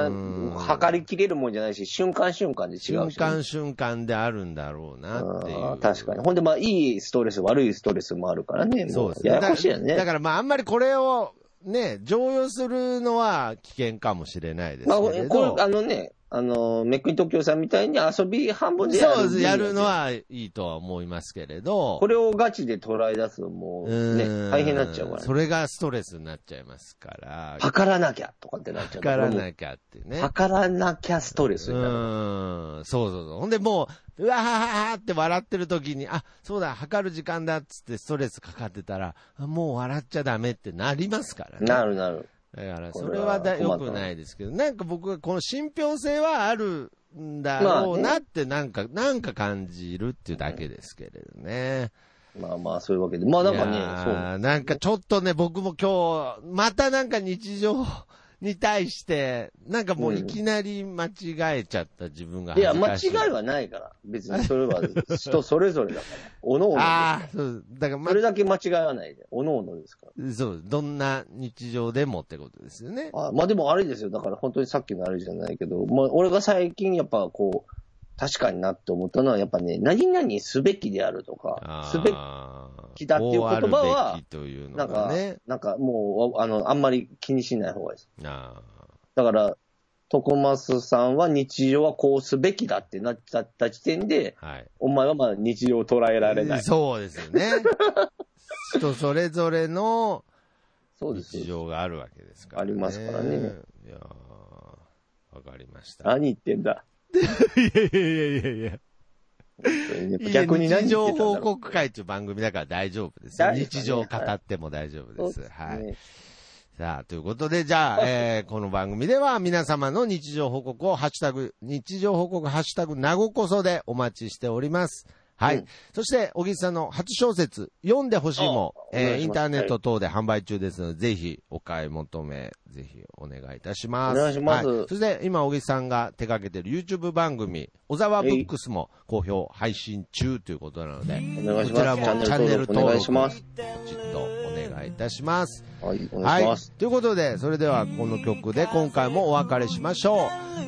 Speaker 1: な、測りきれるもんじゃないし、瞬間瞬間で違う
Speaker 2: 瞬
Speaker 1: し。
Speaker 2: 間瞬間であるんだろうなってい
Speaker 1: あー。
Speaker 2: う
Speaker 1: 確かに。ほんで、まあ、いいストレス、悪いストレスもあるからね。も
Speaker 2: そうですね。
Speaker 1: ややこしいよ
Speaker 2: だ
Speaker 1: ね。
Speaker 2: だからまあ、あんまりこれを、ね、常用するのは危険かもしれないです
Speaker 1: まあ、
Speaker 2: け
Speaker 1: こ
Speaker 2: れ
Speaker 1: れ、
Speaker 2: ど。
Speaker 1: あのね、あの、メックイン東京さんみたいに遊び半分でやる。
Speaker 2: そうです。やるの。はいいとは思いますけれど。
Speaker 1: これをガチで捉え出すと、もう、ね
Speaker 2: うー、ん
Speaker 1: 大変になっちゃうから、
Speaker 2: それがストレスになっちゃいますから。
Speaker 1: パカらなきゃとかってなっちゃう
Speaker 2: か
Speaker 1: から。
Speaker 2: ら
Speaker 1: もう
Speaker 2: なきゃっていうね。
Speaker 1: パカらなきゃストレス
Speaker 2: う
Speaker 1: になる。
Speaker 2: ーん。そうそうそう。ほんでもう、うわはははって笑ってる時に、あ、そうだ、測る時間だっつってストレスかかってたら、あもう笑っちゃダメってなりますからね。
Speaker 1: なるなる。
Speaker 2: だから、
Speaker 1: こ
Speaker 2: そ
Speaker 1: れは
Speaker 2: れはだ
Speaker 1: 困
Speaker 2: 良
Speaker 1: った
Speaker 2: くないですけど、なんか僕はこの信憑性はあるんだろうなって、なんか、なんか感じるっていうだけですけれどね。
Speaker 1: まあまあ、そういうわけで。まあなんか
Speaker 2: い
Speaker 1: ね
Speaker 2: や、
Speaker 1: そう。
Speaker 2: ーなんかちょっとね、僕も今日、またなんか日常に対して、なんかもういきなり間違えちゃった自分が
Speaker 1: い
Speaker 2: 恥
Speaker 1: や、
Speaker 2: ず
Speaker 1: 間
Speaker 2: かしい。
Speaker 1: 違いはないから。別にそれは人それぞれだから。 *laughs* おのおのです
Speaker 2: ああ、そう、だからま
Speaker 1: それだけ間違いはないで。おのおのですから。
Speaker 2: そう、どんな日常でもってことですよね。
Speaker 1: あまあでもあれですよ。だから本当にさっきのあれじゃないけど、まあ俺が最近やっぱこう、確かになって思ったのはやっぱね、何々すべきであるとか、すべきだっていう言葉は
Speaker 2: こうあるべきというの
Speaker 1: なん
Speaker 2: が
Speaker 1: か
Speaker 2: ね。、
Speaker 1: なんかもう、あの、あんまり気にしない方がいいです。
Speaker 2: あー
Speaker 1: だから、徳松さんは日常はこうすべきだってなっちゃった時点で、
Speaker 2: はい。
Speaker 1: お前はまあ日常を捉えられない。
Speaker 2: そうですよ
Speaker 1: *laughs*
Speaker 2: ね。人それぞれの
Speaker 1: そうです
Speaker 2: 日
Speaker 1: よ。
Speaker 2: 常があるわけですから、
Speaker 1: ありますからね。
Speaker 2: いやーわかりました。
Speaker 1: 何言ってんだ。
Speaker 2: いやいやいやいや
Speaker 1: 逆に何
Speaker 2: 日
Speaker 1: 言っ
Speaker 2: 常
Speaker 1: てたん
Speaker 2: 報
Speaker 1: だろう
Speaker 2: 告会という番組だから大丈夫ですよ。
Speaker 1: 大丈夫ですかね
Speaker 2: 日常を語っても大丈夫
Speaker 1: そう
Speaker 2: で。
Speaker 1: ですすね
Speaker 2: はい。さあ、ということで、じゃ
Speaker 1: *laughs*
Speaker 2: あ、えー、この番組では皆様の日常報告を、ハッシュタグ、日常報告、ハッシュタグ、なごこそでお待ちしております。はい。
Speaker 1: うん
Speaker 2: そして、小木さんの初小説、読んでほしいも、
Speaker 1: あお
Speaker 2: え
Speaker 1: 願
Speaker 2: ー
Speaker 1: い
Speaker 2: イ
Speaker 1: します
Speaker 2: ンターネット等で販売中ですので、ぜひ、お買い求め、ぜひ、お願いいたします。
Speaker 1: お願いします
Speaker 2: はいそして、今、小木さんが手掛けてる YouTube 番組、小沢ブックスも好評配信中ということなので、
Speaker 1: お願いし
Speaker 2: こちら
Speaker 1: ます。
Speaker 2: もチ
Speaker 1: チ
Speaker 2: ャ
Speaker 1: ャ
Speaker 2: ン
Speaker 1: ン
Speaker 2: ネ
Speaker 1: ネ
Speaker 2: ル
Speaker 1: ル登録お
Speaker 2: 登録
Speaker 1: 願いします。
Speaker 2: ポチッとお願いいたします。
Speaker 1: はい、お願いし
Speaker 2: は
Speaker 1: ま
Speaker 2: い
Speaker 1: す。。
Speaker 2: ということで、それではこの曲で今回もお別れしましょ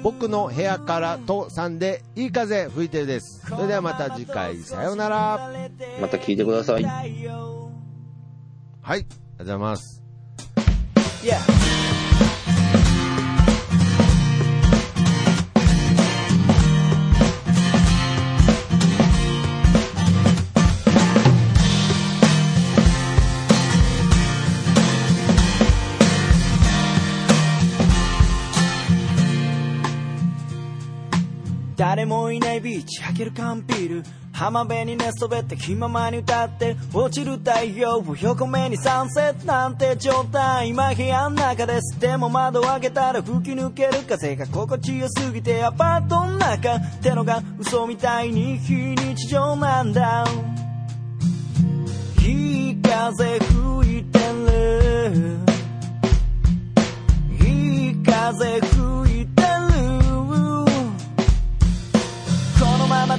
Speaker 2: う。僕の部屋からとさんでいい風吹いてるです。それではまた次回、さようなら。
Speaker 1: また聞いてください。
Speaker 2: はい、ありがとうございます。
Speaker 3: 誰もいないビーチ開ける缶ビール浜辺に寝そべって気ままに歌って落ちる太陽を横目にサンセットなんて状態今部屋の中ですでも窓を開けたら吹き抜ける風が心地よすぎてアパートの中ってのが嘘みたいに非日常なんだいい風吹いてるいい風吹いてるこのまま